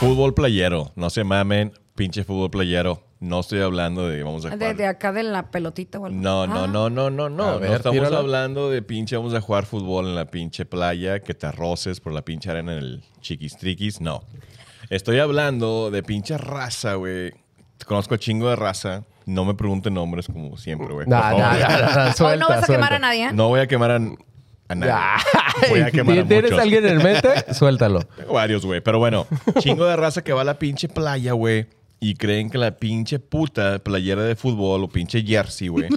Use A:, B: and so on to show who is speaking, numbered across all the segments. A: Fútbol playero. No se mamen, pinche fútbol playero. No estoy hablando de vamos a jugar.
B: Desde acá de la pelotita o algo.
A: No, no,
B: Ah,
A: no, no, no,
C: A
A: no.
C: ver,
A: no estamos
C: tírala.
A: hablando de pinche vamos a jugar fútbol en la pinche playa, que te arroces por la pinche arena en el chiquistriquis. No. Estoy hablando de pinche raza, güey. Conozco a chingo de raza. No me pregunten nombres como siempre, güey. Por
C: Nah,
A: favor.
C: nah, nah, nah, nah,
B: Hoy
C: suelta,
B: no vas a quemar
C: suelta.
B: a nadie, ¿eh?
A: No voy a quemar a, a nadie. Voy a
C: Ay,
A: quemar a
C: ¿Tienes
A: muchos.
C: alguien en mente? Suéltalo.
A: Tengo varios, güey. Pero bueno, chingo de raza que va a la pinche playa, güey. Y creen que la pinche puta playera de fútbol o pinche jersey, güey.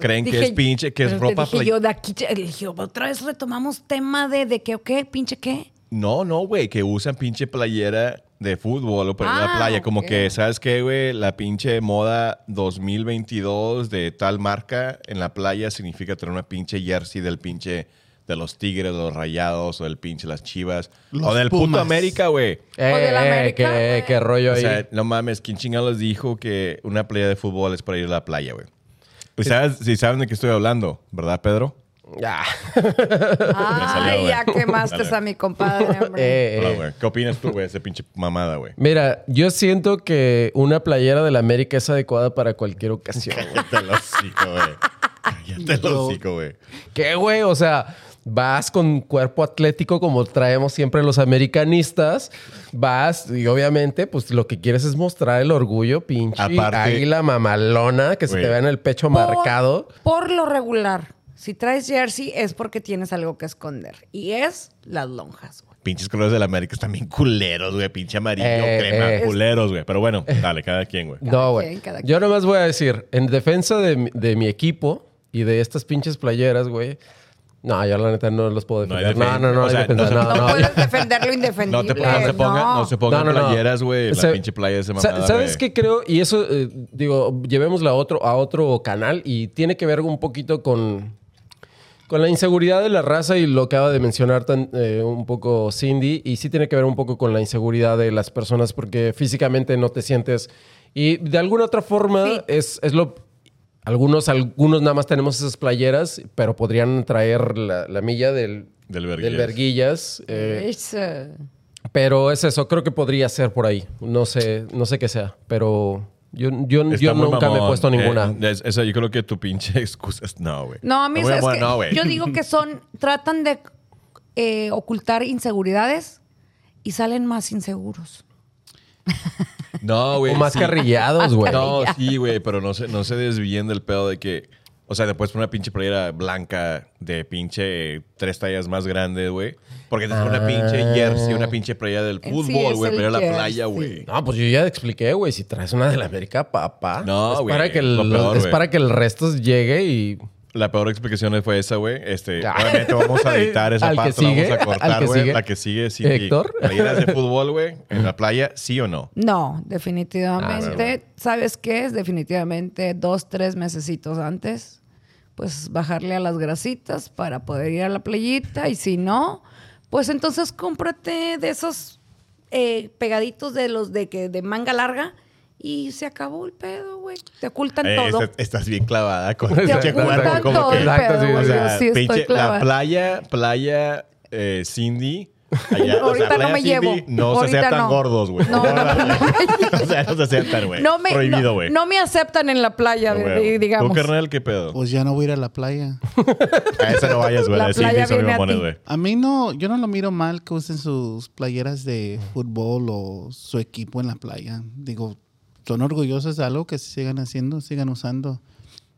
A: Creen que es pinche, que es
B: pero te
A: ropa
B: dije
A: play-
B: yo de aquí, che- le dije, otra vez retomamos tema de, de qué o qué, pinche qué.
A: No, no, güey, que usan pinche playera de fútbol o para la
B: Ah,
A: playa. Como
B: ok.
A: que, ¿sabes qué, güey? La pinche moda 2022 de tal marca en la playa significa tener una pinche jersey del pinche de los tigres, de los rayados, o del pinche las chivas. o
D: Los
A: del puto
D: Pumas.
A: América, güey.
B: del
C: Eh, eh,
B: América,
C: qué,
B: güey.
C: qué rollo
A: O
C: ahí.
A: sea, no mames, ¿quién chingados dijo que una playa de fútbol es para ir a la playa, güey? Y sabes, si saben de qué estoy hablando, ¿verdad, Pedro?
C: Ah,
A: salió,
B: Ay,
A: güey.
B: ya quemaste
A: Dale.
B: a mi compadre, hombre.
C: eh, eh.
A: Hola, güey. ¿Qué opinas tú, güey, de esa pinche mamada, güey?
C: Mira, yo siento que una playera del América es adecuada para cualquier ocasión. güey.
A: Cállate el hocico, güey. Cállate el
D: No.
A: hocico, güey.
C: ¿Qué, güey? O sea, vas con cuerpo atlético como traemos siempre los americanistas. Vas y obviamente, pues lo que quieres es mostrar el orgullo, pinche
A: Aparte-
C: águila mamalona, que se
A: Güey.
C: te vea en el pecho
B: Por-
C: marcado.
B: Por lo regular, si traes jersey es porque tienes algo que esconder. Y es las lonjas, güey.
A: Pinches colores del América están bien culeros, güey. Pinche amarillo,
C: Eh,
A: crema,
C: eh.
A: culeros, güey. Pero bueno, dale, cada quien, güey.
B: Cada
C: no,
B: quien,
C: güey.
B: cada
C: Yo nomás voy a decir, en defensa de, mi- de mi equipo y de estas pinches playeras, güey. No, yo la neta no los puedo
A: No hay
C: defender. No,
A: defensa.
C: no, no,
A: O
C: hay
A: sea,
C: defensa.
A: no
C: no,
A: se-
B: No,
C: no,
B: puedes defender lo indefendible.
A: No, te, no se pongan, no. se pongan
C: No, no, no.
A: playeras, güey. La
C: Se-
A: pinche playa es de
C: Sa-
A: mamada, güey.
C: ¿Sabes qué creo? Y eso, eh, digo, llevémosla a otro, a otro canal y tiene que ver un poquito con, con la inseguridad de la raza y lo acaba de mencionar tan, eh, un poco Cindy. Y sí tiene que ver un poco con la inseguridad de las personas porque físicamente no te sientes. Y de alguna otra forma
B: Sí.
C: es, es lo... Algunos, algunos nada más tenemos esas playeras, pero podrían traer la, la milla del...
A: Del
C: Del
A: verguillas.
C: verguillas. eh,
B: It's, uh,
C: pero es eso, creo que podría ser por ahí. No sé, no sé qué sea, pero yo, yo,
A: Está
C: yo
A: muy
C: nunca me he
A: mamón.
C: puesto
A: Eh,
C: ninguna.
A: es- esa yo creo que tu pinche excusa es... No, güey.
B: No, a mí
A: Está muy
B: es
A: mamón,
B: que
A: no, güey.
B: yo digo que son, tratan de eh, ocultar inseguridades y salen más inseguros.
A: No, güey.
C: o más
A: sí.
C: carrillados, güey.
A: No, sí, güey, pero no se, no se desvíen del pedo de que. O sea, después poner una pinche playera blanca de pinche eh, tres tallas más grande, güey. Porque te pones una
C: Ah.
A: pinche jersey, una pinche playera del
B: Sí,
A: fútbol,
B: es
A: güey,
B: el
A: pero la
B: jersey.
A: playa, güey.
C: No, pues yo ya expliqué, güey. Si traes una de la América, papá.
A: No,
C: es
A: güey,
C: Para que el,
A: lo peor,
C: es
A: güey.
C: para que el resto llegue y.
A: La peor explicación fue esa, güey. Este,
C: Ah.
A: obviamente vamos a editar esa
C: Al que
A: parte, la
C: sigue,
A: vamos a
C: al
A: cortar,
C: que
A: güey.
C: sigue.
A: La que sigue, sí.
C: Héctor.
A: Playeras de fútbol, güey, en la playa, sí o no.
B: No, definitivamente.
C: Ah, bueno.
B: ¿Sabes qué es? Definitivamente dos, tres mesecitos antes, pues bajarle a las grasitas para poder ir a la playita y si no, pues entonces cómprate de esos eh, pegaditos de los de que de manga larga y se acabó el pedo, güey. Te ocultan
A: Eh,
B: todo.
A: estás- estás bien clavada con
C: Te
A: el pinche
C: ocultan
A: cuerpo, como
B: todo
A: que-
B: el
C: Exacto,
B: pedo,
C: sí,
B: güey.
A: O
C: sí,
A: sea,
B: Sí, estoy
A: pinche, la
B: clavada.
A: playa, playa eh, Cindy. Allá, o sea,
B: Ahorita
A: playa
B: no me
A: Cindy,
B: llevo.
A: No se
B: Ahorita
A: aceptan
B: no.
A: gordos, güey.
B: No, no, no, no.
A: o sea, no se aceptan, güey.
B: No me,
A: Prohibido,
B: no-
A: güey. Ah,
B: no me aceptan en la playa,
A: No,
B: de-
A: güey.
B: de- digamos.
A: ¿Tú, carnal, qué pedo?
D: Pues ya no voy a ir a la playa.
A: A esa no vayas, güey.
B: La
A: A Cindy
B: playa
A: son
B: viene a
A: mamones,
B: ti.
A: güey.
D: A mí no, yo no lo miro mal que usen sus playeras de fútbol o su equipo en la playa. Digo, son orgullosos de algo que sigan haciendo, sigan usando.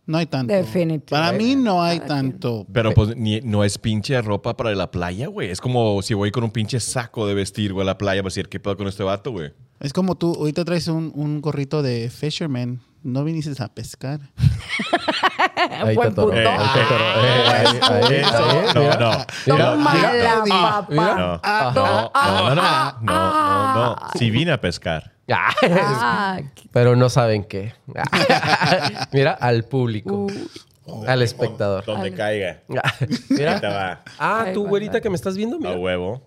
D: No hay tanto.
B: Definitivamente.
D: Para mí no hay tanto.
A: Pero pues ni- no es pinche ropa para la playa, güey. Es como si voy con un pinche saco de vestir, güey, a la playa para decir, ¿qué pedo con este vato, güey?
D: Es como tú, ahorita traes un, un gorrito de fisherman. No viniste a pescar.
C: Ahí
B: Eh, buen
C: te atoró,
B: punto.
C: ahí te atoró. Eh, ahí- ahí- ahí,
A: Eso, no,
C: mira.
A: no.
B: Toma
A: No,
B: la
C: mira.
B: papá.
C: mira.
A: No,
B: Ah,
A: no, no, no, no,
B: ah,
A: no, no,
B: ah.
A: no. Si vine a pescar.
C: Ah,
B: Ah,
C: Pero no saben qué. Ah. Mira, al público,
B: uh,
C: al espectador.
A: Donde caiga.
C: Ah,
A: Ahí te
C: Mira.
A: va.
C: Ah,
B: Ahí
C: tú,
B: va,
C: güerita,
B: ahí.
C: que me estás viendo,
A: A
C: mira.
A: huevo.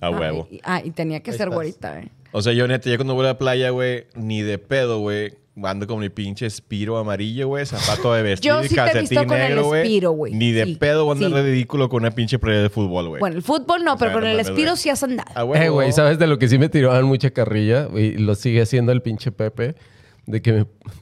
A: A huevo.
B: Ah, y, ah, y tenía que
C: Ahí
B: ser
C: estás.
B: güerita, eh.
A: O sea, yo neta, ya cuando voy a la playa, güey, ni de pedo, güey, Ando con mi pinche espiro amarillo, güey, zapato de vestir
B: Yo
A: y
B: sí te he
A: calcetín
B: visto con el
A: negro,
B: Spiro, güey.
A: Ni de
B: Sí,
A: pedo voy a andar
B: sí.
A: de ridículo con una pinche playa de fútbol, güey.
B: Bueno, el fútbol no,
A: Pues, sea,
B: pero con
A: no
B: el
A: mames,
B: espiro
A: güey.
B: sí has andado.
A: Ah,
C: Eh, güey, ¿sabes de lo que sí me tiraban mucha carrilla? Y lo sigue haciendo el pinche Pepe. De que,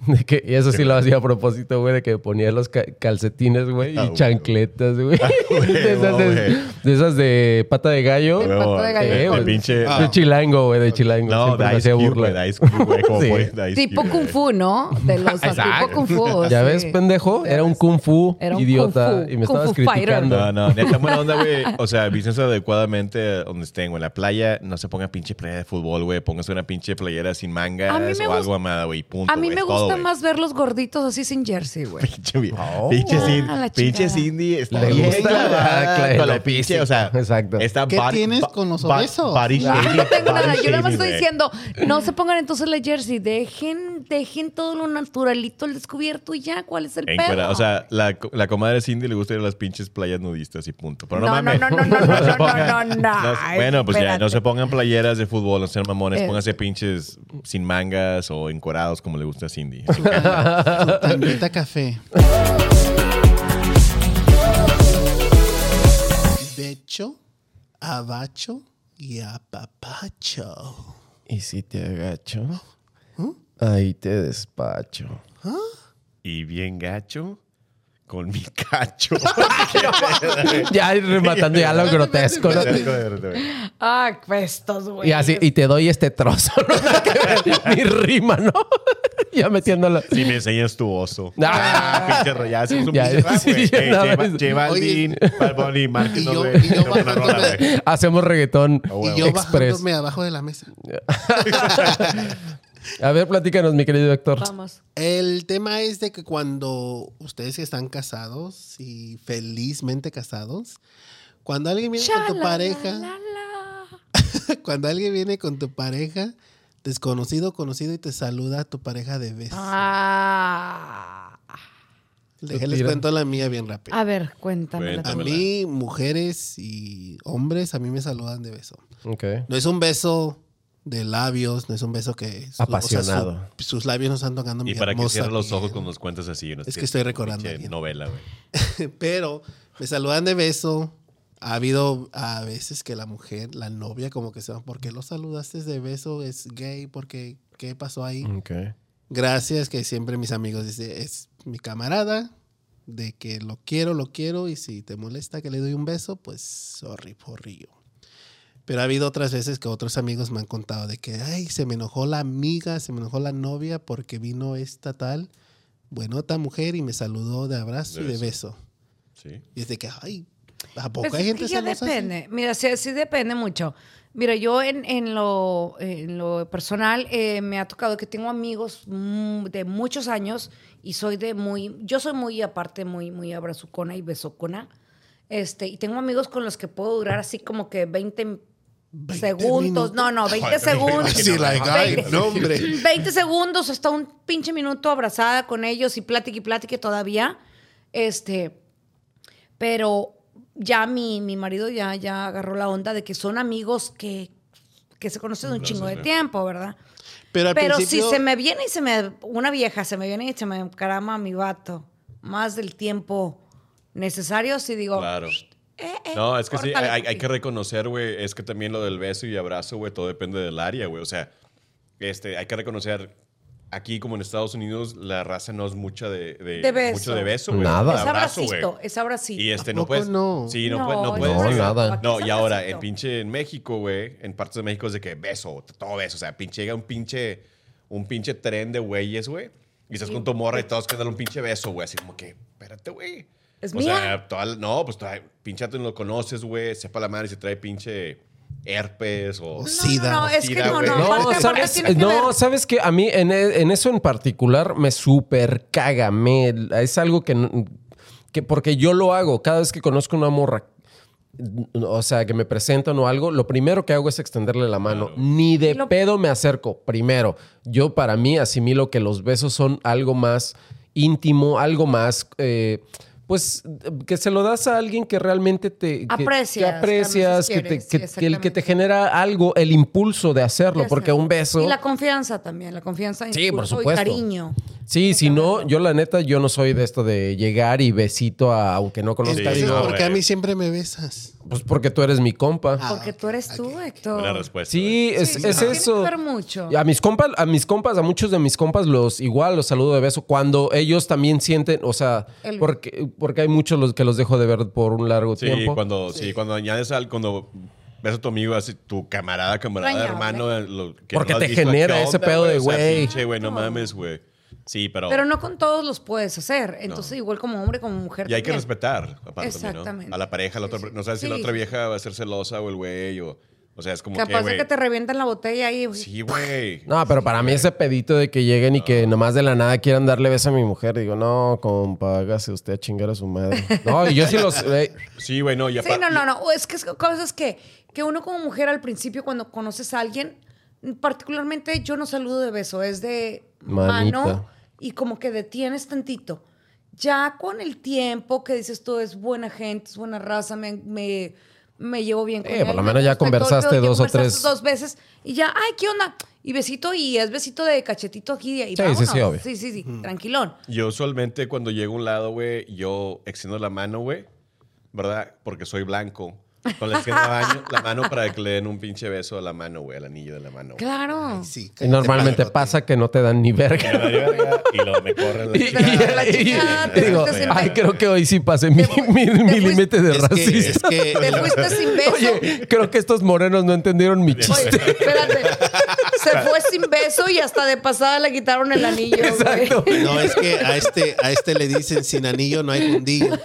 C: me- de que y eso sí lo hacía a propósito, güey, de que ponía los ca- calcetines, güey,
A: Ah,
C: y chancletas, güey.
A: güey,
C: de, esas de,
A: güey.
C: de esas de pata de gallo.
A: Huevo,
B: pato de
A: de-
B: gallo.
A: de
C: Eh, güey.
A: pinche...
C: De chilango, güey, de chilango.
A: No,
C: Siempre me
A: Dice
C: hacía
A: Cube,
C: burla.
A: güey, Dice Cube, güey, como
C: Sí.
A: por Dice
B: tipo
A: Cube,
B: Kung
A: güey.
B: Fu, ¿no? De los tipo Kung Fu.
C: ¿Ya
B: sí.
C: ves, pendejo? Era un kung fu
B: Era un
C: idiota
B: kung fu-
C: y me
B: kung
C: estabas
B: fu fighter.
C: criticando.
A: No, no, neta, buena onda, güey. O sea, vístense adecuadamente donde estén, güey. En la playa, no se ponga pinche playera de fútbol, güey. Póngase una pinche playera sin mangas
B: A mí me
A: o
B: gust-
A: algo amada, güey. Punto,
B: A mí
A: güey.
B: me
A: Es todo,
B: gusta
A: güey.
B: más ver los gorditos así sin jersey, güey.
A: Pinche, bien-
C: Oh.
A: pinche, Cindy-
B: Ah, la
A: pinche
B: chingada.
A: Cindy está
C: Le
A: bien
C: gusta la-
A: clavada
C: claro,
A: con la
C: lo
A: pinche,
C: físico.
A: o sea,
C: Exacto.
A: está
D: ¿Qué tienes con los
A: ba-
D: obesos?
A: body
D: Ah,
A: shaming,
B: No tengo
A: body
B: nada, yo nada más
A: shaming,
B: estoy
A: güey.
B: diciendo, no se pongan entonces la jersey, dejen, dejen todo lo naturalito al descubierto y ya, ¿cuál es el
A: En
B: pedo?
A: cuera- o sea, la, co- la comadre Cindy le gusta ir a las pinches playas nudistas y punto. Pero no,
B: No, no,
A: mames.
B: no, no, no, no,
A: se
B: no,
A: pongan-
B: no, no,
A: no- Bueno, pues ya,
B: espérate.
A: no se pongan playeras de fútbol, no sean mamones,
B: Eh.
A: pónganse pinches sin mangas o encorados como le gusta a Cindy. Así
D: Tanguita café. Becho, abacho y apapacho.
C: Y si te agacho, ahí te despacho.
A: y bien gacho con mi cacho.
C: Ya rematando ya lo grotesco. ¿no?
B: Ah, estos, güey.
C: Y
D: Pues,
C: así, y te doy este trozo, ¿no? Nada que ver, Mi rima, ¿no? ya metiéndolo.
A: si me enseñas tu oso.
C: Ah.
A: Ah, pinche rayado, es un
C: Ya,
A: pinche rap,
C: sí,
A: güey.
C: ya
A: Eh, J
C: nada
A: Ba-
C: más.
A: J Balvin, Bad Bunny, Márquez,
D: y
A: no,
D: yo-
A: güey.
D: y yo
A: Qué buena
D: bajándome-
A: rola, güey.
C: Hacemos reggaetón.
D: Y yo
C: Express.
D: bajándome abajo de la mesa.
C: A ver, platícanos, mi querido Héctor.
B: Vamos.
D: El tema es de que cuando ustedes están casados y felizmente casados, cuando alguien viene con tu pareja, cuando alguien viene con tu pareja, desconocido, conocido y te saluda a tu pareja de beso.
B: Ah.
D: Deje,
C: Lo
D: les
C: tira.
D: cuento la mía bien rápido.
B: A ver, cuéntame.
A: Cuenta.
D: A mí, mujeres y hombres, a mí me saludan de beso.
C: Ok.
D: No es un beso de labios, no es un beso que... su- o sea, su-
C: Apasionado.
D: sus labios no están tocando mi
A: Y para que
D: hermosa
A: cierres los
D: piel.
A: ojos cuando nos cuentas así. ¿no?
D: Es que estoy recordando
A: Pinche
D: bien.
A: Novela, güey.
D: Pero me saludan de beso. Ha habido a veces que la mujer, la novia, como que se va, ¿por qué lo saludaste de beso? ¿Es gay? porque qué? pasó ahí?
C: Ok.
D: Gracias, que siempre mis amigos dicen, es mi camarada, de que lo quiero, lo quiero, y si te molesta que le doy un beso, pues sorry, porrillo. Pero ha habido otras veces que otros amigos me han contado de que, ay, se me enojó la amiga, se me enojó la novia porque vino esta tal, buenota mujer, y me saludó de abrazo
A: De
D: y de
A: beso.
D: beso.
A: Sí.
D: Y es de que, ay, ¿a poco
B: Pues
D: hay
B: es
D: gente
B: que ya
D: celosa así?
B: depende. Mira, sí, sí depende mucho. Mira, yo en, en lo, en lo personal eh, me ha tocado que tengo amigos mm, de muchos años y soy de muy, yo soy muy aparte, muy, muy abrazucona y besocona. Este, y tengo amigos con los que puedo durar así como que 20,
D: 20
B: segundos. No, no, 20 segundos.
D: Sí, like, ay,
B: 20.
D: no, hombre.
B: 20 segundos hasta un pinche minuto abrazada con ellos y plática y plática todavía. Este, pero ya mi, mi marido ya, ya agarró la onda de que son amigos que, que se conocen un chingo de tiempo, ¿verdad?
D: Pero al
B: Pero si
D: principio,
B: se me viene y se me. Una vieja se me viene y se me encarama a mi vato más del tiempo necesario, si digo.
A: Claro.
B: "Eh, eh,
A: No, es que sí,
B: córtale,
A: hay, hay
B: papi".
A: que reconocer, güey, es que también lo del beso y abrazo, güey, todo depende del área, güey. O sea, este, hay que reconocer, aquí como en Estados Unidos, la raza no es mucha de, de,
B: De beso.
A: mucho de beso, güey.
C: Nada.
A: de
B: Es
A: abrazo,
B: abracito,
A: güey.
B: es abracito.
A: Y este,
D: ¿A
A: no
D: poco
A: puedes.
D: no?
A: Sí, no, puede- no
B: es
A: puedes.
C: No,
B: abracito,
C: nada.
B: ¿para qué
A: No,
B: es
A: y ahora,
B: abracito?
A: en pinche en México, güey, en partes de México es de que beso, todo beso. O sea, pinche llega un pinche, un pinche tren de güeyes, güey. Y estás con tu morra y todos que darle un pinche beso, güey. Así como que, espérate, güey.
B: ¿Es
A: o
B: mía?
A: sea, toda la- no, pues toda, pinche tú no lo conoces, güey. Sepa la madre si trae pinche herpes o.
D: O sea,
B: No,
D: Sida.
B: no, no, es que
A: Sida,
B: no,
A: güey.
B: no.
A: No,
B: aparte- aparte
C: ¿sabes?
B: tiene que
C: No,
B: ver.
C: sabes que a mí en, e- en eso en particular me súper caga. me- es algo que, no- que. Porque yo lo hago. Cada vez que conozco una morra, o sea, que me presentan o algo, lo primero que hago es extenderle la mano. Ni de
B: Lo-
C: pedo me acerco. Primero, yo para mí asimilo que los besos son algo más íntimo, algo más. eh, pues que se lo das a alguien que realmente te que-
B: Aprecias,
C: que, aprecias,
B: también,
C: que,
B: si
C: te-
B: quieres,
C: que-
B: sí,
C: que el que te
B: exactamente.
C: genera algo, el impulso de hacerlo, porque un beso.
B: Y la confianza también, la confianza
C: Sí, por
B: impulso y
C: supuesto.
B: cariño.
C: Sí, si no, yo la neta, yo no soy de esto de llegar y besito a aunque no conozca.
D: Entonces,
A: no,
D: ¿por qué a
A: güey.
D: mí siempre me besas?
C: Pues porque tú eres mi compa.
D: Ah,
B: Porque tú eres tú, Héctor.
A: Buena respuesta.
C: sí,
B: Sí,
C: es,
B: sí,
C: es
B: tiene que
C: eso.
B: ver mucho.
C: Y A mis compas, a mis compas, a muchos de mis compas los igual los saludo de beso cuando ellos también sienten, o sea,
B: El-
C: porque porque hay muchos los que los dejo de ver por un largo
A: Sí,
C: tiempo.
A: cuando, sí. cuando añades al, cuando ves a tu amigo, así, tu camarada, camarada,
B: Extrañable.
A: hermano, eh, lo que
C: Porque
A: no has
C: te
A: visto, ¿qué
C: genera ese pedo de,
A: O sea,
C: güey.
A: pinche, güey, no mames, güey. Sí, pero,
B: Pero no con todos los puedes hacer. Entonces, igual como hombre, como mujer.
A: Y hay que
B: también.
A: respetar aparte, También, ¿no?
B: Exactamente.
A: A la pareja, a la otra,
B: Sí, sí.
A: no sabes si la
B: Sí.
A: otra vieja va a ser celosa o el güey o... O sea, es como
B: Capaz
A: que,
B: de
A: güey,
B: que te revientan la botella ahí. güey.
A: Sí, Ah. güey.
C: No, pero para mí ese pedito de que lleguen y que nomás de la nada quieran darle beso a mi mujer, digo, no, compa, hágase usted a chingar a su madre. No, y yo sí los... eh,
A: Sí, güey, no. Y
B: Sí, no, no, no. O Es que es cosas que, que uno como mujer al principio cuando conoces a alguien, particularmente yo no saludo de beso, es de
C: Manita.
B: mano y como que detienes tantito. Ya con el tiempo que dices tú es buena gente, es buena raza, me, me, me llevo bien con
C: Eh,
B: él,
C: por lo
B: me
C: menos ya
B: gusta y todo,
C: conversaste
B: pero ya
C: dos o
B: conversaste
C: tres.
B: Dos veces y ya, ay, ¿qué onda? Y besito y es besito de cachetito aquí y ahí.
C: Sí, sí, sí,
B: vámonos.
C: obvio.
B: Sí, sí, sí, tranquilón.
A: Yo usualmente cuando llego a un lado, güey, yo extiendo la mano, güey, ¿verdad? Porque soy blanco. Con la extiendo la, baño- la mano para que le den un pinche beso a la mano, güey, al anillo de la mano. güey.
B: Claro.
D: Sí,
C: y normalmente
D: cállate,
C: pasa que no te dan ni verga.
A: Me verga Y luego me corren la
C: Y, y-
A: chingada.
B: la
C: y- y-
B: chingada,
C: y
B: te
C: digo,
B: fuiste sin
C: ay,
B: verga".
C: creo que hoy sí pasé mi,
B: fu-
C: mi-
B: te
C: mi
B: fuiste-
C: límite de
D: Es que, es
C: racista.
D: que
B: Te fuiste sin beso.
C: Oye, creo que estos morenos no entendieron mi
B: Oye,
C: chiste.
B: espérate. Se fue sin beso y hasta de pasada le quitaron el anillo. güey.
C: Exacto.
D: no, es que a este, a este le dicen sin anillo no hay fundillo.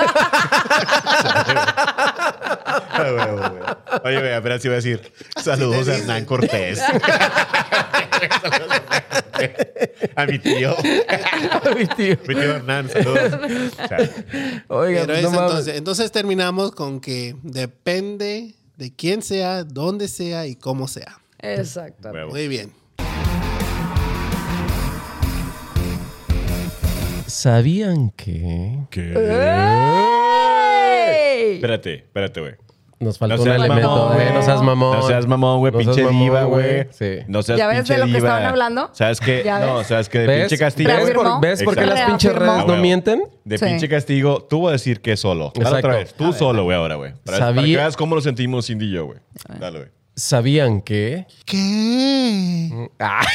A: Ah, güey, güey, güey. Oye, güey, apenas iba a decir saludos
D: Sí,
A: a
D: te
A: Hernán
D: dicen.
A: Cortés. a mi tío.
C: Ay,
A: Mi
C: tío.
A: tío Hernán, saludos. O sea,
C: Oiga,
D: Pero
C: pues,
D: es
C: no mames.
D: entonces, entonces terminamos con que depende de quién sea, dónde sea y cómo sea.
B: Exacto.
A: huevo.
D: Muy bien.
C: ¿Sabían que
B: ¡Ey!
A: Espérate, espérate, güey.
C: nos faltó
A: No
C: un
A: seas
C: elemento?
A: mamón,
C: güey.
B: güey.
C: no seas mamón.
A: No seas mamón, güey,
C: No seas
A: pinche
C: mamón,
A: diva, güey.
C: Sí.
A: No seas
B: ¿Ya ves
A: pinche
B: de lo que
A: diva.
B: estaban hablando?
A: ¿Sabes qué?
B: ¿Ya
A: No,
B: ves?
A: sabes qué de
C: ¿Ves?
A: pinche castigo.
C: ¿Ves por,
B: Reafirmó.
C: ves por qué las
A: Exacto.
C: pinches
B: Reafirmó.
C: redes no
A: Ah,
C: mienten?
A: De
B: Sí.
A: pinche castigo, tú vas a decir que solo. Dale
C: Exacto.
A: otra vez. Tú solo, güey, ahora, güey. Para, para que
C: Sabía-
A: veas cómo nos sentimos Cindy y yo, güey. Dale, güey.
C: ¿Sabían que
D: ¿Qué?
C: Ah.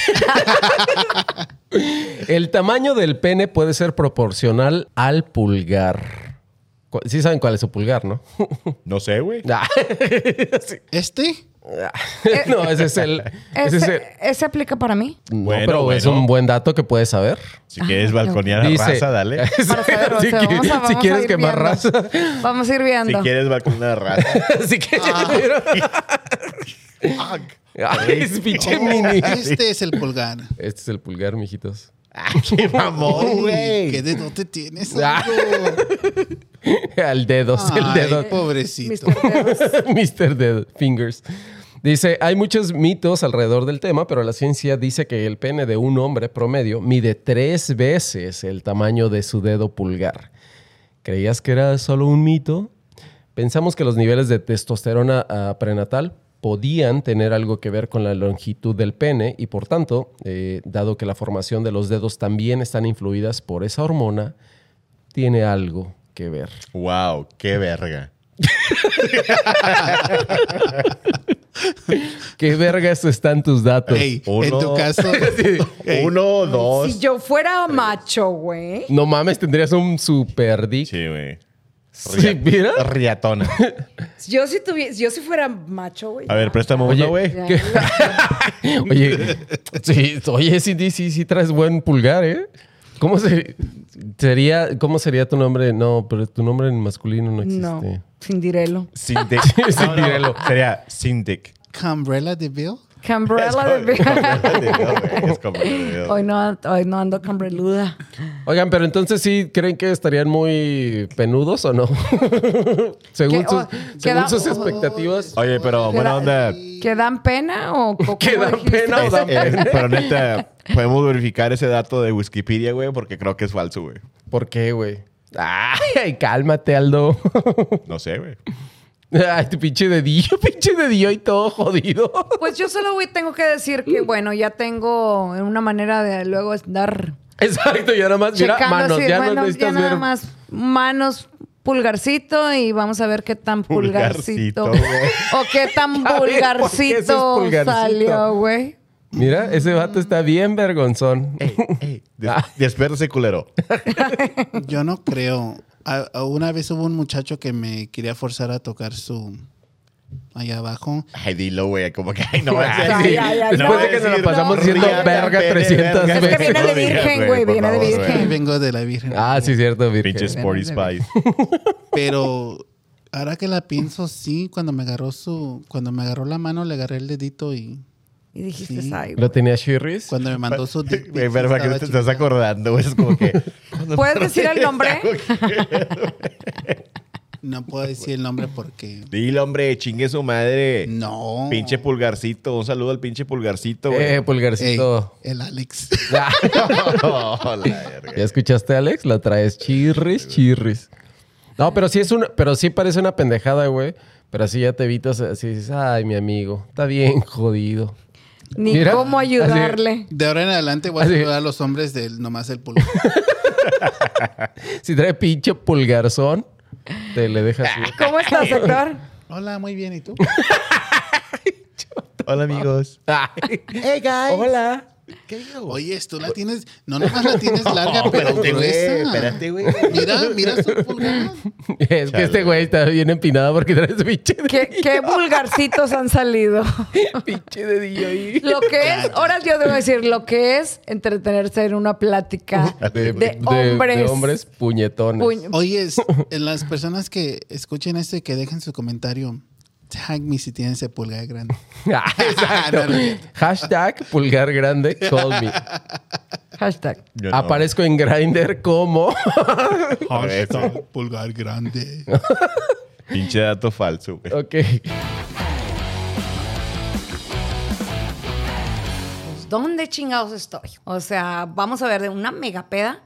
C: el tamaño del pene puede ser proporcional al pulgar? Cu- Sí saben cuál es su pulgar, ¿no?
A: No sé, güey.
C: Ah.
D: ¿Este?
C: no, ese es el... Ese
B: Eh. ¿Ese,
C: es el-
B: ese aplica para mí?
C: No,
A: Bueno,
C: pero es
A: bueno.
C: un buen dato que puedes saber.
A: Si quieres
B: Ah,
A: balconear a raza, dale.
B: Para saber, o
C: si,
B: sea, vamos
C: qui-
B: a-
C: si
B: vamos a
C: quieres
B: ir
C: quemar
B: viendo.
C: raza.
B: Vamos a ir viendo.
A: Si quieres balconear a raza.
C: Así que.
A: Ah.
C: Ay, es pinche mini.
D: Este es el pulgar.
C: Este es el pulgar, mijitos.
A: Ah, ¡Qué mamón,
D: Uy,
A: güey!
D: ¿Qué de no te tienes?
C: Ah.
D: amigo?
C: Al dedo, el
D: Ay,
C: dedo.
D: pobrecito.
B: Mis dedos.
C: Mr. Dedo, fingers. Dice, hay muchos mitos alrededor del tema, pero la ciencia dice que el pene de un hombre promedio mide tres veces el tamaño de su dedo pulgar. ¿Creías que era solo un mito? Pensamos que los niveles de testosterona ah, prenatal podían tener algo que ver con la longitud del pene y por tanto, eh, dado que la formación de los dedos también están influidas por esa hormona, tiene algo que ver.
A: ¡Wow! ¡Qué verga!
C: ¿Qué vergas están tus datos?
D: Ey,
A: Uno.
D: en tu caso, ey,
A: Uno, dos.
B: Si yo fuera macho, güey.
C: No mames, tendrías un super dick.
A: Sí, güey.
C: Sí, mira.
A: Riatona.
B: Yo si tuviese, yo si fuera macho, güey.
A: A ver, préstame
C: Oye,
A: uno, güey.
B: Ya,
C: ¿qué?
B: ya.
C: Oye, sí, oye, sí, sí, sí, traes buen pulgar, ¿eh? ¿Cómo se- sería, cómo sería tu nombre? No, pero tu nombre en masculino no
B: No,
C: existe.
B: Cindirelo.
A: Sindic.
C: Cindirelo.
A: Sería Sindic.
D: Cambrella de Bill.
B: Cambrella de
A: Es como-
B: Hoy no, hoy no ando cambreluda.
C: Oigan, pero entonces sí, ¿creen que estarían muy penudos o no? según
B: Que- oh. o-
C: sus, según
B: queda-
C: sus expectativas.
A: Oye, pero buena onda.
B: ¿Que dan pena o o cómo
C: ¿Que dan
B: dijiste?
C: pena o dan
A: Eh, pero neta, podemos verificar ese dato de Wikipedia, güey, porque creo que es falso, güey.
C: ¿Por qué, güey? Ay, cálmate, Aldo.
A: No sé, güey.
C: Ay, tu pinche dedillo, pinche dedillo y todo jodido.
B: Pues yo solo güey, tengo que decir
C: Mm.
B: que, bueno, ya tengo una manera de luego andar
C: Exacto, ya nada más, mira,
B: checando
C: manos,
B: así,
C: ya no
B: manos,
C: necesitas
B: nada
C: ver.
B: más manos, pulgarcito y vamos a ver qué tan pulgarcito,
A: Pulgarcito, güey.
B: o qué tan
C: A ver, ¿por qué eso es
B: vulgarcito
C: pulgarcito?
B: salió, güey.
C: Mira, ese vato está bien vergonzón.
A: Des- Despiértese, culero.
D: Yo no creo. A- a una vez hubo un muchacho que me quería forzar a tocar su. Allá abajo.
A: Ay, dilo, güey. Como que, ay, no.
C: Ay,
A: vas a
B: sí.
A: decir-
B: Ay, ay,
A: no
B: no.
A: vas a
B: Después de que
A: decir
B: nos la pasamos
C: diciendo
A: riata,
C: verga
A: pene,
C: 300
A: verga,
C: veces.
B: Es que viene de
A: No digas,
B: virgen, güey,
A: por
B: viene de
A: favor,
B: virgen.
A: güey.
D: Vengo de la Virgen.
C: Ah, sí, cierto, Virgen.
A: Pinche Sporty Spice.
D: Pero ahora que la pienso, sí, cuando me agarró su. Cuando me agarró la mano, le agarré el dedito y.
B: Y dijiste,
D: Sí.
B: ay, güey.
C: ¿Lo tenía Shirris?
D: Cuando me mandó su. dick pic,
A: Güey, pero ¿para qué
D: estaba
A: no te estás
D: chiquita.
A: acordando, güey? Es como que.
B: ¿Puedes decir el nombre?
D: No puedo decir el nombre porque.
A: Dilo, hombre, chingue su madre.
D: No.
A: Pinche pulgarcito. Un saludo al pinche pulgarcito, güey.
C: Eh,
D: Ey,
C: pulgarcito.
D: el Alex.
C: Ah,
A: No, la verga.
C: ¿Ya escuchaste, Alex? La traes chirris, chirris. No, pero sí es una, pero sí parece una pendejada, güey. Pero así ya te evitas, así dices, ay, mi amigo, está bien jodido.
B: Ni
C: Mira,
B: cómo
C: así-
B: ayudarle.
D: De ahora en adelante voy a
C: Así.
D: saludar a los hombres del nomás el pulgar.
C: Si trae pinche pulgarzón, te le dejas ir.
B: ¿Cómo estás, doctor?
D: Hola, muy bien, ¿y tú?
A: Hola, amigos.
C: Ay,
A: Hey, guys.
C: hola.
A: ¿Qué digo?
D: Oye, tú la tienes, no nomás la tienes larga,
A: No,
D: pero
A: espérate, güey.
D: gruesa.
A: Espérate, güey.
D: Mira, mira su pulgar.
C: Es que
A: Chale.
C: este güey está bien empinado porque trae su pinche de
B: ¿Qué, qué vulgarcitos han salido.
C: pinche dedillo ahí.
B: Lo que es, ahora yo debo decir, lo que es entretenerse en una plática de, hombres.
C: de hombres puñetones.
B: Puñ-
D: Oye, es- en las personas que escuchen esto y que dejen su comentario, tag me si tienen ese pulgar grande.
C: Ah, exacto.
D: No, no es cierto.
C: Hashtag pulgar grande, call me.
B: Hashtag.
A: Yo no.
C: Aparezco en Grinder como.
A: Hashtag
D: pulgar grande.
A: Pinche dato falso, güey.
C: ok.
B: pues, ¿dónde chingados estoy? O sea, vamos a ver de una mega peda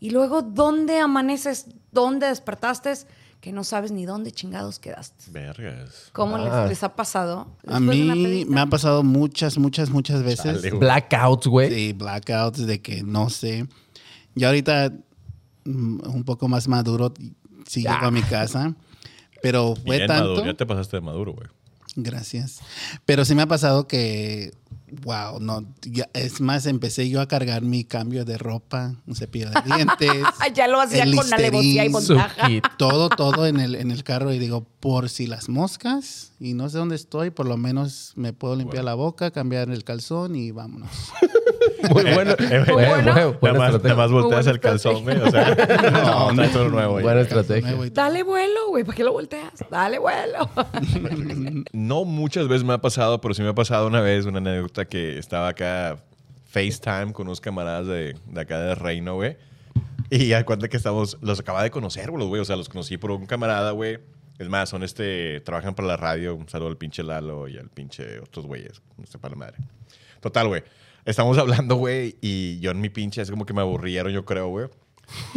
B: y luego dónde amaneces, dónde despertaste, que no sabes ni dónde chingados quedaste.
A: Vergas.
B: ¿Cómo
C: Ah.
B: les, les ha pasado?
D: A
B: después de una
D: mí
B: pedita?
D: me ha pasado muchas, muchas, muchas veces.
A: Chale,
C: Blackouts, güey.
D: Sí, blackouts de que no sé. Yo ahorita mm, un poco más maduro sigo a mi casa, pero fue
A: Bien
D: tanto.
A: maduro. Ya te pasaste de maduro, güey.
D: Gracias. Pero sí me ha pasado que, wow, no, ya- es más, empecé yo a cargar mi cambio de ropa, un cepillo de dientes.
B: Ah, ya lo hacía
D: el
B: con alevosía y
D: Listerine,
C: Su
B: montaja.
C: kit.
D: todo, todo en el, en el carro y digo, por si las moscas y no sé dónde estoy, por lo menos me puedo limpiar la boca, cambiar el calzón y vámonos.
C: Muy bueno.
A: Muy
C: Bueno,
B: bueno.
C: bueno,
A: Eh, Nada
C: buena
A: más, nada
C: estrategia.
A: más volteas
B: Buena
A: el calzón, güey. O sea, no, no, todo nuevo, güey.
C: Buena
D: Me
C: estrategia.
D: voy.
B: Dale vuelo, güey. ¿Para qué lo volteas? Dale vuelo.
A: No muchas veces me ha pasado, pero sí me ha pasado una vez una anécdota que estaba acá FaceTime con unos camaradas de, de acá de Reino, güey. Y ya cuenta que estamos, los acaba de conocer, güey, los güey. O sea, los conocí por un camarada, güey. Es más, son este, trabajan para la radio. Un saludo al pinche Lalo y al pinche otros güeyes. No sé para la madre. Total, güey. Estamos hablando, güey, y yo en mi pinche, es como que me aburrieron, yo creo, güey.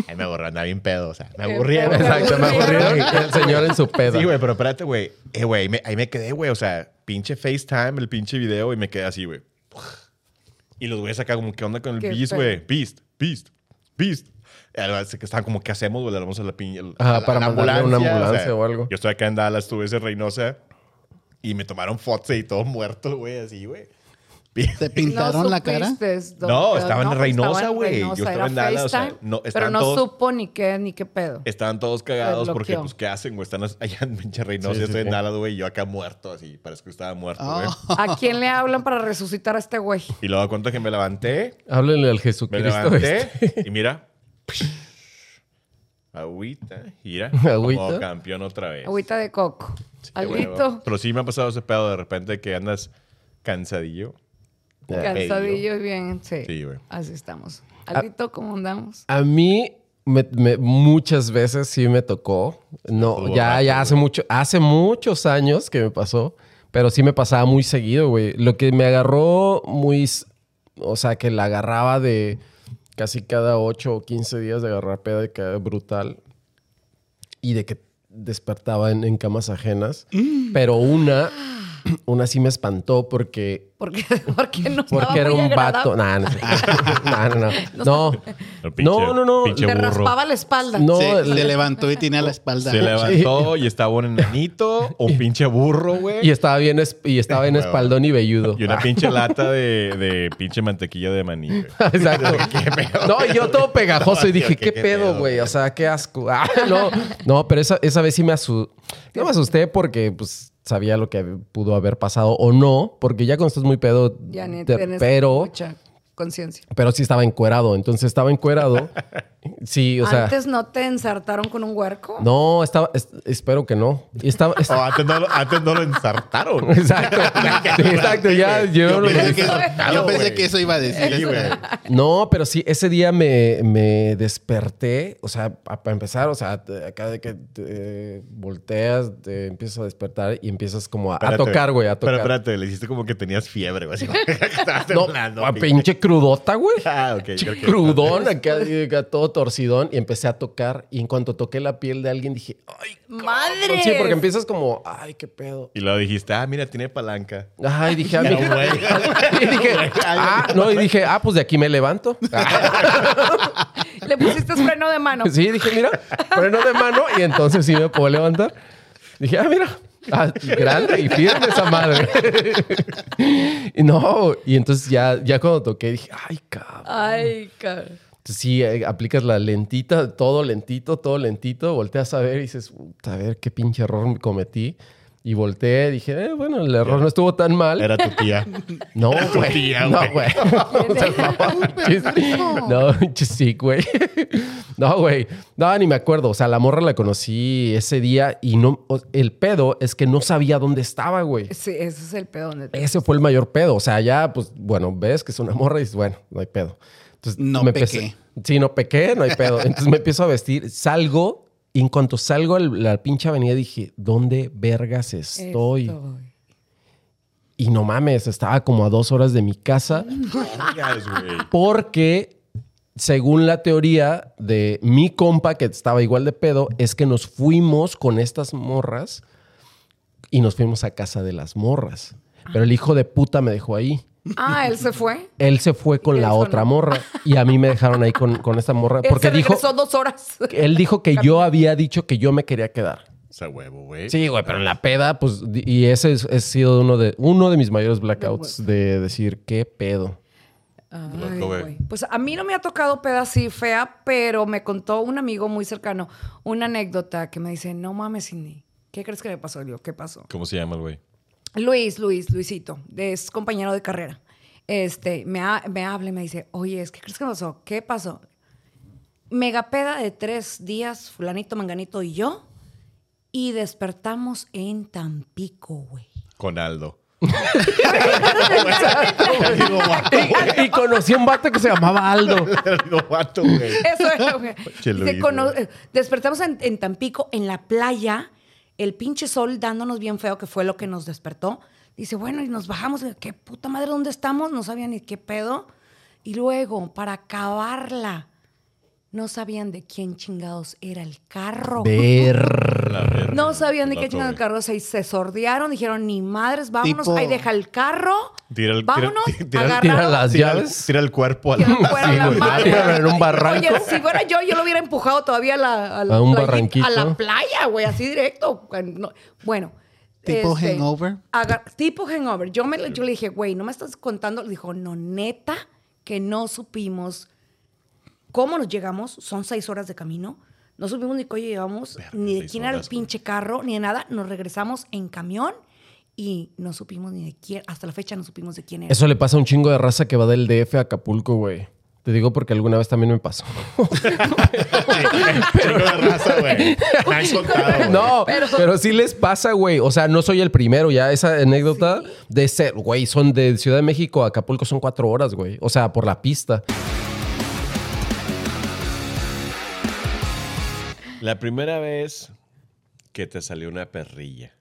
A: Ay, me aburrieron, andaba bien pedo, o sea, me aburrieron.
C: Exacto, me aburrieron que el señor en su peda.
A: Sí, güey, pero espérate, güey. Eh, güey, ahí me- ahí me quedé, güey. O sea, pinche FaceTime, el pinche video, y me quedé así, güey. Y los güeyes acá como, ¿qué onda con el
B: Qué
A: Beast,
B: pedo.
A: güey? Beast, Beast, Beast. Y al- así que Estaban como, ¿qué hacemos, güey? Le damos a la piña.
C: Ajá, para mandarle una ambulancia o algo.
A: Yo estoy acá en Dallas, tuve ese Reynosa. Y me tomaron fotos y todo muerto, güey, así, güey.
D: ¿Te pintaron
B: No
D: la cara?
B: supiste, don-
A: No,
B: pero
A: estaba en
B: pues,
A: Reynosa,
B: estaba en
A: güey. Yo
B: Reynosa,
A: estaba
B: era
A: en Dallas, o sea,
B: FaceTime,
A: no,
B: pero
A: estaban
B: no
A: todos- Eh.
B: supo ni qué, ni qué pedo.
A: Estaban todos cagados
B: Lo
A: porque,
B: bloqueó.
A: pues, ¿qué hacen, güey? Están as- allá en pinche Reynosa,
C: Sí,
A: yo
C: sí,
A: estoy en
C: sí.
A: Dallas, güey. y Yo acá muerto, así. Parece que estaba muerto, güey.
D: Oh.
B: ¿A quién le hablan para resucitar a este güey?
A: Y luego cuenta que me levanté.
C: Háblenle al
A: Me
C: Jesucristo.
A: levanté
C: este.
A: y mira. Agüita, gira.
C: Agüita.
A: Como campeón otra vez.
B: Agüita de coco.
A: Qué huevo.
B: Alguito.
A: Pero sí me ha pasado ese pedo de repente que andas cansadillo.
B: Cansadillos bien, sí.
A: Sí, Ah. güey.
B: Así estamos. Alito, ¿cómo andamos?
C: A mí me- me- muchas veces sí me tocó. No,
A: Estuvo
C: ya,
A: rápido,
C: ya hace mucho, hace muchos años que me pasó, pero sí me pasaba muy seguido, güey. Lo que me agarró muy, s- o sea, que la agarraba de casi cada 8 o 15 días de agarrar peda y que era brutal. y de que despertaba en, en camas ajenas. Pero una, una sí me espantó porque,
B: Porque, porque no estaba
C: porque era
B: muy
C: un vato.
B: agradable.
C: Nah, no, es cierto. Nah, no, no. No,
A: El pinche-
C: no, no, no.
A: pinche
B: Te
A: burro.
B: raspaba la espalda.
C: No,
D: se
C: el-
D: le levantó y tenía la espalda.
A: Se levantó y estaba un enanito, un pinche burro,
C: Y
A: güey.
C: estaba bien, es- y estaba bien
A: Huevo.
C: espaldón y velludo.
A: Y una pinche lata de, de pinche mantequilla de maní. güey.
C: Exacto. No, y yo todo pegajoso y
A: No, tío,
C: dije,
A: qué-
C: ¿qué,
A: qué
C: pedo,
A: pedo,
C: güey? O sea, qué asco. Ah, no, no, pero esa, esa vez sí me asusté. No me asusté porque, pues, sabía lo que pudo haber pasado o no, porque ya cuando estás muy pedo,
B: Ya ni
C: te-
B: tienes
C: pero,
B: mucha conciencia.
C: pero sí estaba encuerado. Entonces estaba encuerado. Sí, o sea,
B: Antes no te ensartaron con un huerco.
C: no, estaba, es- espero que no. Y estaba,
A: O antes, no, lo- antes no lo ensartaron.
C: exacto, Sí, exacto, ya, yo, lo-
D: Pensé que- yo pensé
A: güey.
D: que eso iba a decir.
A: Sí, güey.
C: No, pero sí, ese día me, me desperté, o sea, a- para empezar, o sea, te- acá de que te volteas, te empiezas a despertar y empiezas como a, a
A: Espérate,
C: tocar, güey, a
A: Pero
C: tocar.
A: espérate, le hiciste como que tenías fiebre, güey. así como que Estabas
C: no,
A: temblando,
C: a
A: pinche.
C: pinche crudota, güey.
A: Ah, ok. yo creo que-
C: Crudón, acá, acá todo torcidón y empecé a tocar y en cuanto toqué la piel de alguien dije, ay,
B: ¡Madre!
C: sí, porque empiezas como, ay, qué pedo.
A: Y luego dijiste, ah, mira, tiene palanca.
C: Ay, dije, ah,
A: No,
C: mira.
A: güey.
C: y dije, ah, no, y dije, ah, pues de aquí me levanto.
B: Le pusiste freno de mano.
C: Sí, dije, mira, freno de mano y entonces sí me puedo levantar. Dije, ah, mira, ah, grande y firme esa madre. y no, y entonces ya, ya cuando toqué dije, ay, cabrón.
B: Ay, cabrón.
C: Sí, eh, aplicas la lentita, todo lentito, todo lentito, volteas a ver y dices, "Puta, a ver qué pinche error me cometí. Y volteé, dije, eh, bueno, el error no estuvo tan mal.
A: Era tu tía.
C: No,
A: tu
C: güey.
A: tía,
C: no,
A: güey.
C: güey. O sea, no, No, sí, güey. No, güey. No, ni me acuerdo. O sea, la morra la conocí ese día y no. o- El pedo es que no sabía dónde estaba, güey.
B: Sí, ese es el pedo. donde te-
C: Ese fue el mayor pedo. O sea, ya, pues, bueno, ves que es una morra y dices, bueno, no hay pedo. Entonces,
D: No
C: empecé-
D: pequé.
C: Sí, no pequé, no hay pedo. Entonces me empiezo a vestir, salgo y en cuanto salgo a la pinche avenida dije, ¿dónde vergas estoy? Y no mames, estaba como a dos horas de mi casa.
A: Vergas, güey.
C: Porque, según la teoría de mi compa, que estaba igual de pedo, es que nos fuimos con estas morras y nos fuimos a casa de las morras. Pero el hijo de puta me dejó ahí.
B: Ah, él se fue.
C: Él se fue con
B: Él
C: la
B: solo.
C: otra morra y a mí me dejaron ahí con, con esta morra.
B: Él
C: Porque
B: se
C: dijo,
B: regresó dos horas.
C: él dijo que yo había dicho que yo me quería quedar.
A: O sea, huevo, güey.
C: Sí, güey, pero en la peda, pues, di- y ese es- ha sido uno de, uno de mis mayores blackouts de decir, ¿qué pedo?
B: Ay,
A: Loco, güey.
B: güey. Pues a mí no me ha tocado peda así fea, pero me contó un amigo muy cercano una anécdota que me dice, no mames, Cindy, ¿qué crees que le pasó? Le digo, ¿qué pasó?
A: ¿Cómo se llama el güey?
B: Luis, Luis, Luisito, es compañero de carrera. Este, me, ha- me habla y me dice, oye, es que crees que pasó? ¿Qué pasó? Megapeda de tres días, fulanito, manganito y yo, y despertamos en Tampico, güey.
A: Con Aldo.
C: Y, y conocí a un vato que se llamaba Aldo.
A: Era el mismo vato, güey.
B: Eso era, güey.
A: Che,
B: Dice,
A: Luis,
B: cono-
A: güey.
B: eh, Despertamos en, en Tampico, en la playa, el pinche sol dándonos bien feo, que fue lo que nos despertó. Dice, bueno, y nos bajamos, y, qué puta madre, ¿dónde estamos? No sabían ni qué pedo. Y luego, para acabarla, no sabían de quién chingados era el carro.
C: Ver.
A: La verga.
B: No sabían de qué
A: Vato,
B: chingados el
A: güey.
B: carro. Se, se sordearon, dijeron, ni madres, vámonos,
D: Tipo-
B: ahí deja el carro.
A: Tira el- tira-
B: vámonos,
A: tira- tira-
B: agarraron-
C: Tira las
A: Tira el-
C: llaves.
A: Tira el cuerpo al.
B: que no fuera la
C: güey.
B: madre.
C: Tíralo en un barranco.
B: Oye, si fuera yo, yo lo hubiera empujado todavía a, la, la
C: A un
B: playita-
C: barranquito.
B: a la playa, güey, así directo. No, Bueno.
D: ¿Tipo
B: Este.
D: hangover?
B: agar- tipo hangover. Yo, me, yo le dije, güey, ¿no me estás contando? Le dijo, no, neta, que no supimos cómo nos llegamos. Son seis horas de camino. No supimos ni cómo llegamos,
A: Verga,
B: ni de
A: seis
B: quién era el
A: horas, güey.
B: pinche carro, ni de nada. Nos regresamos en camión y no supimos ni de quién. Hasta la fecha no supimos de quién era.
C: Eso le pasa a un chingo de raza que va del DF a Acapulco, güey. Te digo porque alguna vez también me pasó.
A: Chingo de raza, güey. Me han contado, Ah, güey.
C: No, pero, sí les pasa, güey. O sea, no soy el primero. Ya esa anécdota de ser, güey, son de Ciudad de México a Acapulco son cuatro horas, güey. O sea, por la pista.
A: La primera vez que te salió una perrilla.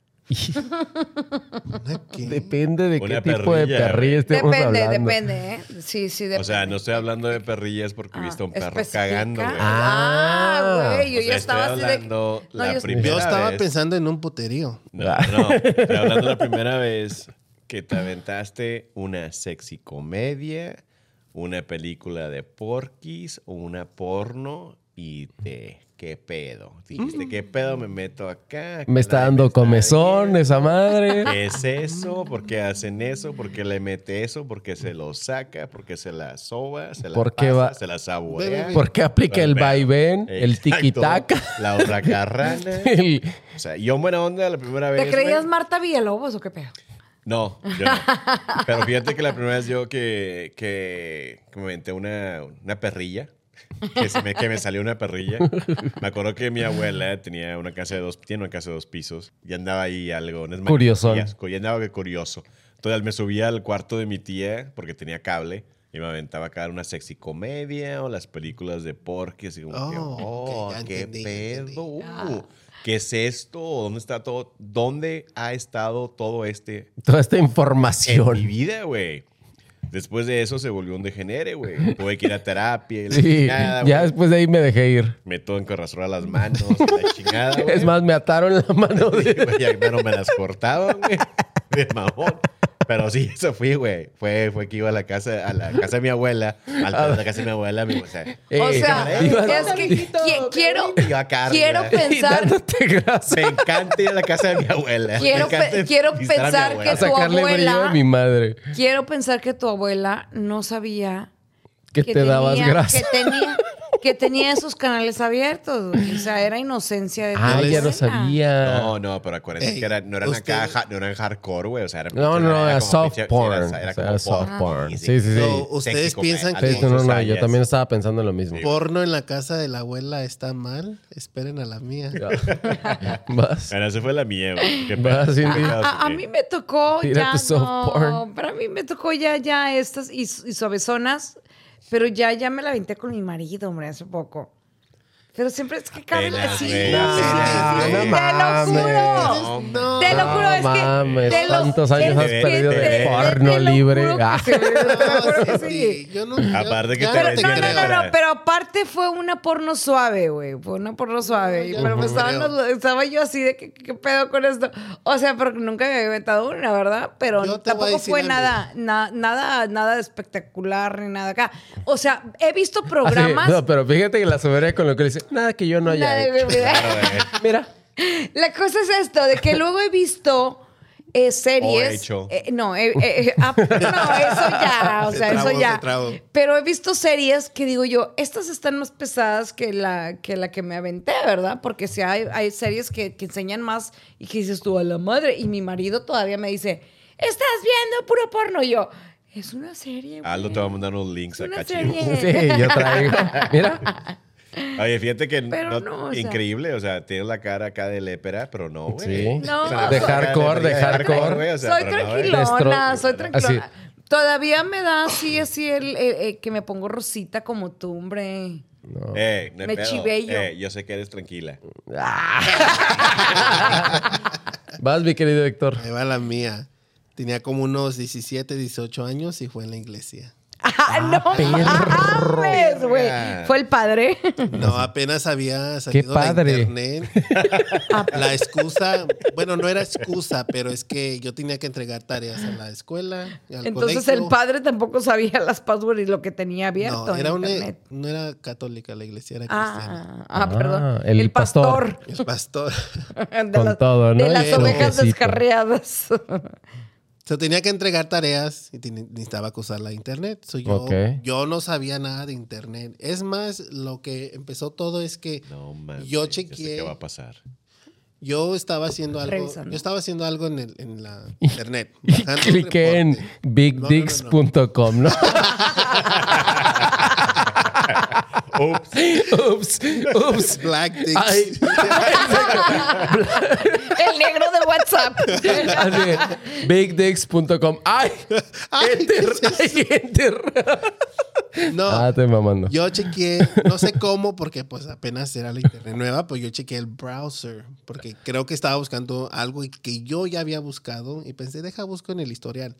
D: ¿Una qué?
C: Depende de
A: Una
C: qué tipo de
A: perrilla.
C: perrilla estemos
B: Depende,
C: hablando.
B: depende, ¿eh? Sí, sí, depende.
A: O sea, no estoy hablando de perrillas porque viste a un perro
B: especifica.
A: cagando, güey.
B: Ah,
C: Ah.
B: güey, Ah,
A: Ah,
B: yo
A: O sea,
B: ya estaba
A: estoy
B: así de...
A: hablando la
B: yo-
A: primera
D: Yo estaba
A: vez.
D: pensando en un puterío.
A: No,
C: Ah.
A: no, estoy hablando la primera vez que te aventaste una sexy comedia, una película de porquis, una porno y te... ¿Qué pedo? Dijiste, ¿qué pedo me meto acá?
C: Me está
A: Nadie
C: dando
A: está
C: comezón
A: viendo.
C: esa madre.
A: ¿Qué es eso? ¿Por qué hacen eso? ¿Por qué le mete eso? ¿Por qué se lo saca? ¿Por qué se la soba? ¿Se la
C: ¿Por qué
A: pasa?
C: va-
A: ¿Se la saborea? Eh,
C: ¿Por qué aplica el vaivén, el
A: Exacto.
C: tiquitaca?
A: La hurracarrana.
C: El-
A: O sea, yo en buena onda la primera vez.
B: ¿Te creías
A: güey.
B: Marta Villalobos o qué pedo?
A: No, yo no. Pero fíjate que la primera vez yo que, que, que me inventé una, una perrilla, que, se me, que me salió una perrilla. Me acuerdo que mi abuela tenía una casa de dos, tiene una casa de dos pisos y andaba ahí algo. ¿no? Es más,
C: Curiosón.
A: Ya, ya andaba que curioso. Entonces me subía al cuarto de mi tía porque tenía cable. Y me aventaba acá una sexy comedia o las películas de porques. así como que,
D: Oh,
A: oh,
D: ok, ya
A: qué
D: entendí, ya
A: pedo.
D: entendí.
A: uh, ¿Qué es esto? ¿Dónde está todo? ¿Dónde ha estado todo este
C: Toda esta
A: en mi
C: información.
A: vida, güey. Después de eso se volvió un degenere, güey. Tuve que ir a terapia. y la
C: Sí,
A: chingada,
C: ya
A: güey.
C: después de ahí me dejé ir.
A: Me todo encarrasura las manos, y la chingada. güey.
C: Es más, me ataron la mano.
A: Sí,
C: de-
A: güey, ya no me las cortaban, güey. De mamón. Pero sí, eso fui, güey. Fue, fue que iba a la casa, a la casa de mi abuela, al a la casa de mi abuela, mi, o sea,
B: O
C: Eh,
B: sea,
C: ibas-
B: es que qui- quiero,
A: yo acá
B: quiero
A: arriba.
C: y
B: pensar
C: dándote grasa.
A: me encanta ir a la casa de mi abuela.
B: Quiero
A: Me encanta
B: pe- quiero
A: visitar a mi
B: pensar
A: abuela.
B: que
C: A
B: tu
C: sacarle brillo
B: abuela-
C: a mi madre.
B: Quiero pensar que tu abuela no sabía
C: Que, te dabas
B: tenía,
C: grasa.
B: Que tenía, que tenía esos canales abiertos. güey. O sea, era inocencia de tu
C: Ah, ya
B: abuela.
C: lo sabía.
A: No, no, pero acuérdense
D: Ey,
A: que era- no eran acá,
D: ustedes-
A: ja- no eran hardcore, güey. O sea, era
C: No, no, era
A: como
C: soft
A: pinche-
C: porn,
A: Era, era
C: o sea,
A: como
C: soft
A: porn.
C: porn. Sí, sí, sí.
D: So, ¿ustedes
A: Sexy,
D: piensan
A: como
D: que-
C: Sí,
A: Alfonso
C: no, no, yo
A: Sayas.
C: también estaba pensando en lo mismo.
D: Porno en la casa de la abuela está mal. Esperen a la mía.
C: Vas.
A: Bueno, esa fue la mía, güey. Qué
C: Vas,
A: pedo.
C: Cindy.
B: A, a mí me tocó
C: Tira
B: ya
C: tu soft
B: no,
C: porn.
B: para mí me tocó ya ya estas y, su- y suavezonas, pero ya ya me la aventé con mi marido, hombre, hace poco. Pero siempre es que cabe
A: Apenas,
B: así.
A: güey,
B: no,
A: apenas,
B: sí,
A: güey.
B: te
C: No
B: lo
C: mames.
B: juro.
D: No,
B: Te lo juro, es que.
C: mames,
B: te lo-
C: tantos años
B: es
C: has
B: que
C: perdido de
B: te- te-
C: porno
B: te lo
C: libre.
B: juro que
C: Ah.
B: sí, te lo juro
D: no,
B: que
D: Cindy,
B: sí.
D: yo no. yo-
A: Aparte que
D: ya
A: te
D: no
B: Pero,
A: ves
B: no,
A: bien,
D: creo.
B: no, no, no,
A: espera.
B: pero aparte fue una porno suave, güey. Fue una porno suave.
D: ya
B: pero
D: no
B: me estaban
D: creo.
B: los- estaba yo así de, ¿qué, qué pedo con esto? O sea, porque nunca me había inventado una, ¿verdad? Pero
D: Yo te voy
B: tampoco
D: a decir
B: fue
D: algo.
B: nada, na- nada, nada espectacular ni nada acá. O sea, he visto
C: Así,
B: programas.
C: no, pero fíjate que la soberanía con lo que le dice, nada que yo no haya
B: Nada de-
C: hecho. Mira,
B: La cosa es esto, de que luego he visto eh, series.
A: O hecho.
B: eh, no, eh, eh, eh, ah, no, eso ya, o
D: Oh, Se
B: sea,
D: trabó,
B: eso ya.
D: se trabó.
B: Pero he visto series que digo yo, estas están más pesadas que la que, la que me aventé, ¿verdad? Porque si hay, hay series que, que enseñan más y que dices tú a la madre. Y mi marido todavía me dice, estás viendo puro porno. Y yo, es una serie.
D: Ah,
B: güey.
A: Aldo te va a mandar unos links
B: Es una
A: acá,
B: serie.
A: chido.
C: sí, yo traigo. Mira,
A: Oye, fíjate que no-
B: Pero no, o sea-
A: increíble. O sea, tienes la cara acá de lépera, pero no, güey.
C: Sí.
B: No,
A: O sea,
B: de
A: la cara
C: hardcore, de
A: lépera,
C: hardcore.
A: güey, o sea,
B: soy
A: pero no, eh. güey.
B: tranquilona,
C: Destro-
B: soy tranquilona.
C: Así.
B: Todavía me da así, así el eh, eh, que me pongo rosita como tú, hombre.
A: Eh, no hay
B: Me
A: pedo.
B: chivé yo.
A: Eh, yo sé que eres tranquila.
C: vas mi querido Héctor.
D: Ahí va la mía. Tenía como unos 17, 18 años y fue en la iglesia.
B: Ah, no mames, güey. Fue el padre.
D: No, apenas había salido
C: padre.
D: la internet. La excusa, bueno, no era excusa, pero es que yo tenía que entregar tareas a la escuela. al
B: Entonces
D: colegio.
B: el padre tampoco sabía las passwords y lo que tenía abierto
D: No,
B: en
D: era una-
B: internet.
D: no era católica la iglesia, era cristiana.
B: Ah, ah, perdón.
C: Ah, el pastor.
D: El pastor.
B: pastor. De
C: Con
B: las,
C: todo, ¿no?
B: de las
C: Y su
B: ovejas
C: trajecito.
B: descarriadas.
D: So, tenía que entregar tareas y ten- necesitaba que usar la internet. So, yo,
C: Ok.
D: yo no sabía nada de internet. Es más, lo que empezó todo es que
A: No mames.
D: Yo
A: sé
D: chequeé.
A: ¿Qué va a pasar?
D: yo estaba haciendo algo.
B: Revisando.
D: Yo estaba haciendo algo en, el- en la internet. bajando un
C: Clique en
D: reporte.
C: bigdicks.com, ¿no?
A: Ups.
C: ups, ups.
D: Black Dicks.
C: Ay,
B: el negro de WhatsApp.
C: así, bigdicks.com. ¡Ay!
D: Ay,
C: Enter, ay, enter.
D: No,
C: Ah, te mamando.
D: yo chequeé, no sé cómo, porque pues apenas era la internet nueva, pues yo chequeé el browser, porque creo que estaba buscando algo y que yo ya había buscado y pensé, deja busco en el historial.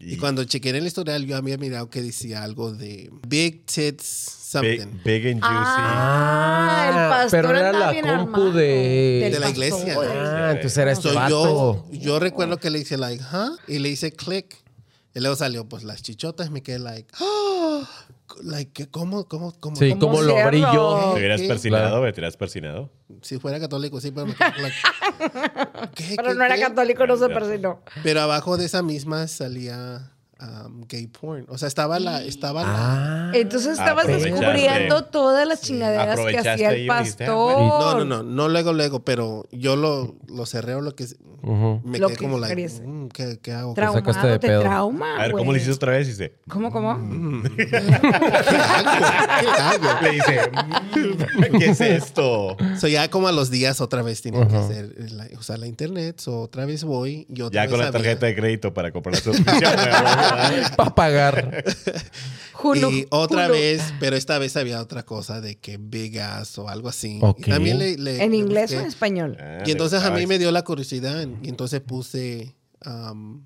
D: Y, cuando chequeé en el historial, yo había mirado que decía algo de Big Tits
A: Big,
D: Something.
A: big and juicy.
B: Ah, el pastor
C: pero era
B: andaba
C: la
B: bien
C: compu
B: armado.
C: de-
B: Del
D: De la
B: pastor.
D: iglesia.
C: Ah, entonces era este
D: So,
C: vato.
D: yo, yo recuerdo que le hice like, ¿huh? Y le hice click. Y luego salió, pues, las chichotas. Me quedé like, ah, Like, ¿qué? ¿cómo, cómo, cómo?
C: Sí,
D: cómo?
C: como lo
B: cierro?
C: brillo.
A: ¿Te hubieras
D: Sí,
A: persinado,
C: claro.
A: güey? ¿Te hubieras persinado?
D: Si fuera católico, sí, pero me quedé like, ¿qué,
B: Pero
D: qué,
B: no era
D: qué?
B: católico, no se
A: Claro.
B: persinó.
D: Pero abajo de esa misma salía um, gay porn. O sea, estaba la... Estaba la-
C: Ah.
B: Entonces estabas
A: Aprovechaste.
B: descubriendo todas las chingaderas que
A: Aprovechaste
B: hacía
A: ahí
B: el
A: y dijiste, ah,
B: pastor.
A: bueno.
D: No, no, no. No luego, luego. Pero yo lo, lo cerré o lo que...
C: Ujú.
D: Me
B: Lo
D: quedé
B: que
D: como like,
B: querías.
D: mm, ¿qué, qué hago?
B: Traumado,
C: sacaste de
B: te
C: pedo. Mm.
B: trauma.
A: A ver, ¿cómo le
B: güey.
A: hiciste otra vez? Dice.
B: ¿Cómo, cómo?
D: ¿Qué hago? ¿Qué hago?
A: Le dice, "Mm, ¿qué es esto?
D: So ya como a los días otra vez tenía que hacer la, usar la internet, so otra vez voy y otra
A: Ya
D: vez
A: con la
D: había-
A: tarjeta de crédito para comprar Ah, la suscripción. güey.
C: Para pagar.
B: Hulu,
D: y otra
B: Hulu.
D: vez, pero esta vez había otra cosa de que big ass o algo así.
C: Ok.
D: Y también le, le-
B: ¿En
D: le
B: inglés o
D: busqué.
B: en español?
A: Ah,
D: Y
A: le
D: entonces a
A: gustaba
D: mí
A: eso.
D: me dio la curiosidad y entonces puse um,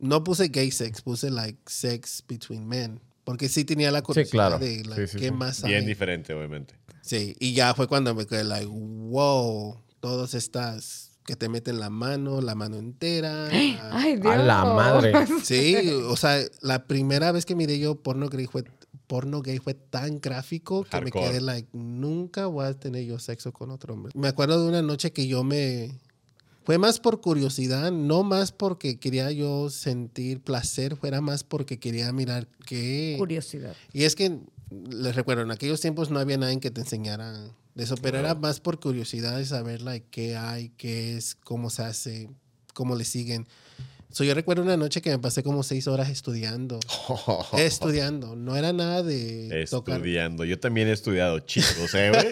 D: no puse gay sex, puse like sex between men, porque sí tenía la curiosidad
C: claro.
D: de like,
C: Sí, sí,
D: qué
C: sí.
D: más
A: Bien
D: hay.
A: diferente, obviamente.
D: Sí, y ya fue cuando me quedé like, wow, todas estas que te meten la mano, la mano entera. la-
B: Ay, Dios.
C: A la madre.
D: Sí, o sea, la primera vez que miré yo porno gay fue, porno gay fue tan gráfico que me
A: Hardcore.
D: quedé like, nunca voy a tener yo sexo con otro hombre. Me acuerdo de una noche que yo me... Fue más por curiosidad, no más porque quería yo sentir placer, fuera más porque quería mirar qué...
B: Curiosidad.
D: Y es que, les recuerdo, en aquellos tiempos no había nadie que te enseñara de eso, pero era más por curiosidad de saber like, qué hay, qué es, cómo se hace, cómo le siguen. So, yo recuerdo una noche que me pasé como seis horas estudiando. estudiando. No era nada de tocar.
A: Estudiando. Yo también he estudiado chicos, ¿eh, güey?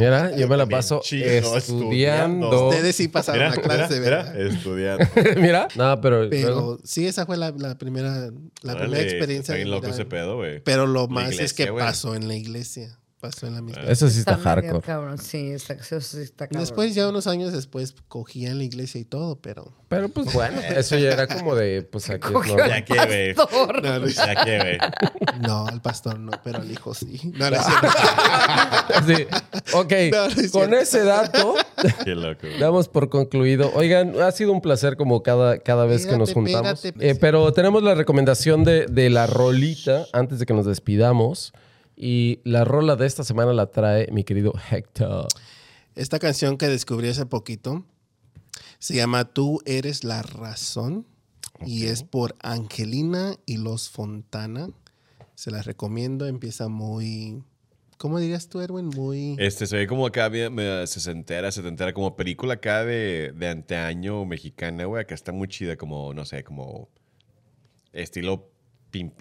C: Mira, yo me la
A: Bien
C: paso
A: chido,
C: estudiando.
D: Ustedes sí
A: Mira,
D: pasaron la
A: mira,
D: clase,
A: mira, eh,
D: ¿verdad?
A: estudiando.
C: Mira. No, pero. luego-
D: Pero sí, esa fue la, la primera, la primera
A: Órale,
D: experiencia.
A: Está bien
D: de
A: loco
D: mirar.
A: ese pedo, güey.
D: Pero lo
A: La
D: más es
A: iglesia,
D: que
A: güey.
D: pasó en la iglesia. Pasó en la misma.
C: Eso sí está
B: medio
C: hardcore.
B: cabrón, sí, está, eso sí está cabrón.
D: Después, ya unos años después, cogía en la iglesia y todo, pero...
C: Pero pues bueno, eso ya era como de. Pues aquí es
B: Cogió
A: Ya
C: normal.
A: que, güey.
B: Pastor.
A: Ya que, güey.
D: No, al pastor no, pero al hijo sí. No, no es cierto.
C: Sí. Ok,
D: No, no es
C: con
D: cierto.
C: ese dato
A: Qué loco. güey.
C: damos por concluido. Oigan, ha sido un placer como cada, cada vez que nos
D: Espérate,
C: juntamos.
D: espérate.
C: Eh, pero tenemos la recomendación de, de la rolita antes de que nos despidamos. Y la rola de esta semana la trae mi querido Hector.
D: Esta canción que descubrí hace poquito se llama Tú eres la razón y es por Angelina y los Fontana. Se las recomiendo, empieza muy... ¿Cómo dirías tú, Erwin? Muy...
A: Este, se ve como acá bien, eh, sesentera, setentera, como película acá de, de anteaño mexicana, güey. Acá está muy chida, como, no sé, como estilo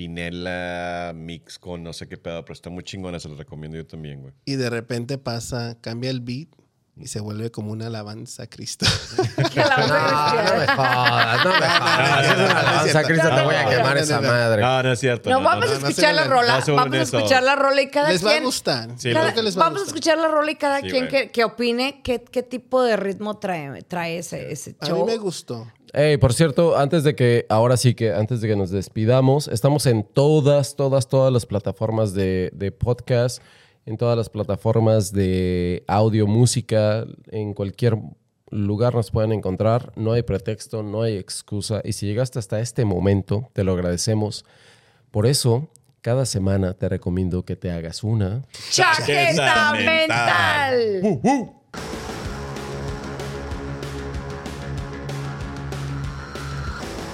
A: pimpinela mix con no sé qué pedo, pero está muy chingona, se lo recomiendo yo también, güey.
D: Y de repente pasa, cambia el beat y se vuelve como una alabanza a Cristo.
B: Que la
C: No, no me
B: otra
C: jodas, no me jodas. Es una alabanza a Cristo, te voy a quemar esa madre.
A: No, no es cierto.
B: No, vamos a
A: no,
D: no se
B: escuchar la
D: vuelven-
B: rola.
A: no se
B: vamos
A: vuelven
B: a
A: eso.
B: escuchar la rola y cada
D: les va a
B: quien.
D: gustar.
A: Sí,
D: Creo
A: lo-
D: que les va a
B: vamos a
D: gustar.
B: escuchar la rola y cada
A: Sí,
B: quien
A: güey.
B: que, que opine qué, qué tipo de ritmo trae, trae ese, ese
D: A mí
B: show.
D: me gustó.
C: Hey, por cierto, antes de que, ahora sí que, antes de que nos despidamos, estamos en todas, todas, todas las plataformas de, de podcast, en todas las plataformas de audio, música, en cualquier lugar nos pueden encontrar. No hay pretexto, no hay excusa. Y si llegaste hasta este momento, te lo agradecemos. Por eso, cada semana te recomiendo que te hagas una.
B: Chaqueta
A: Chaqueta
B: mental.
A: mental.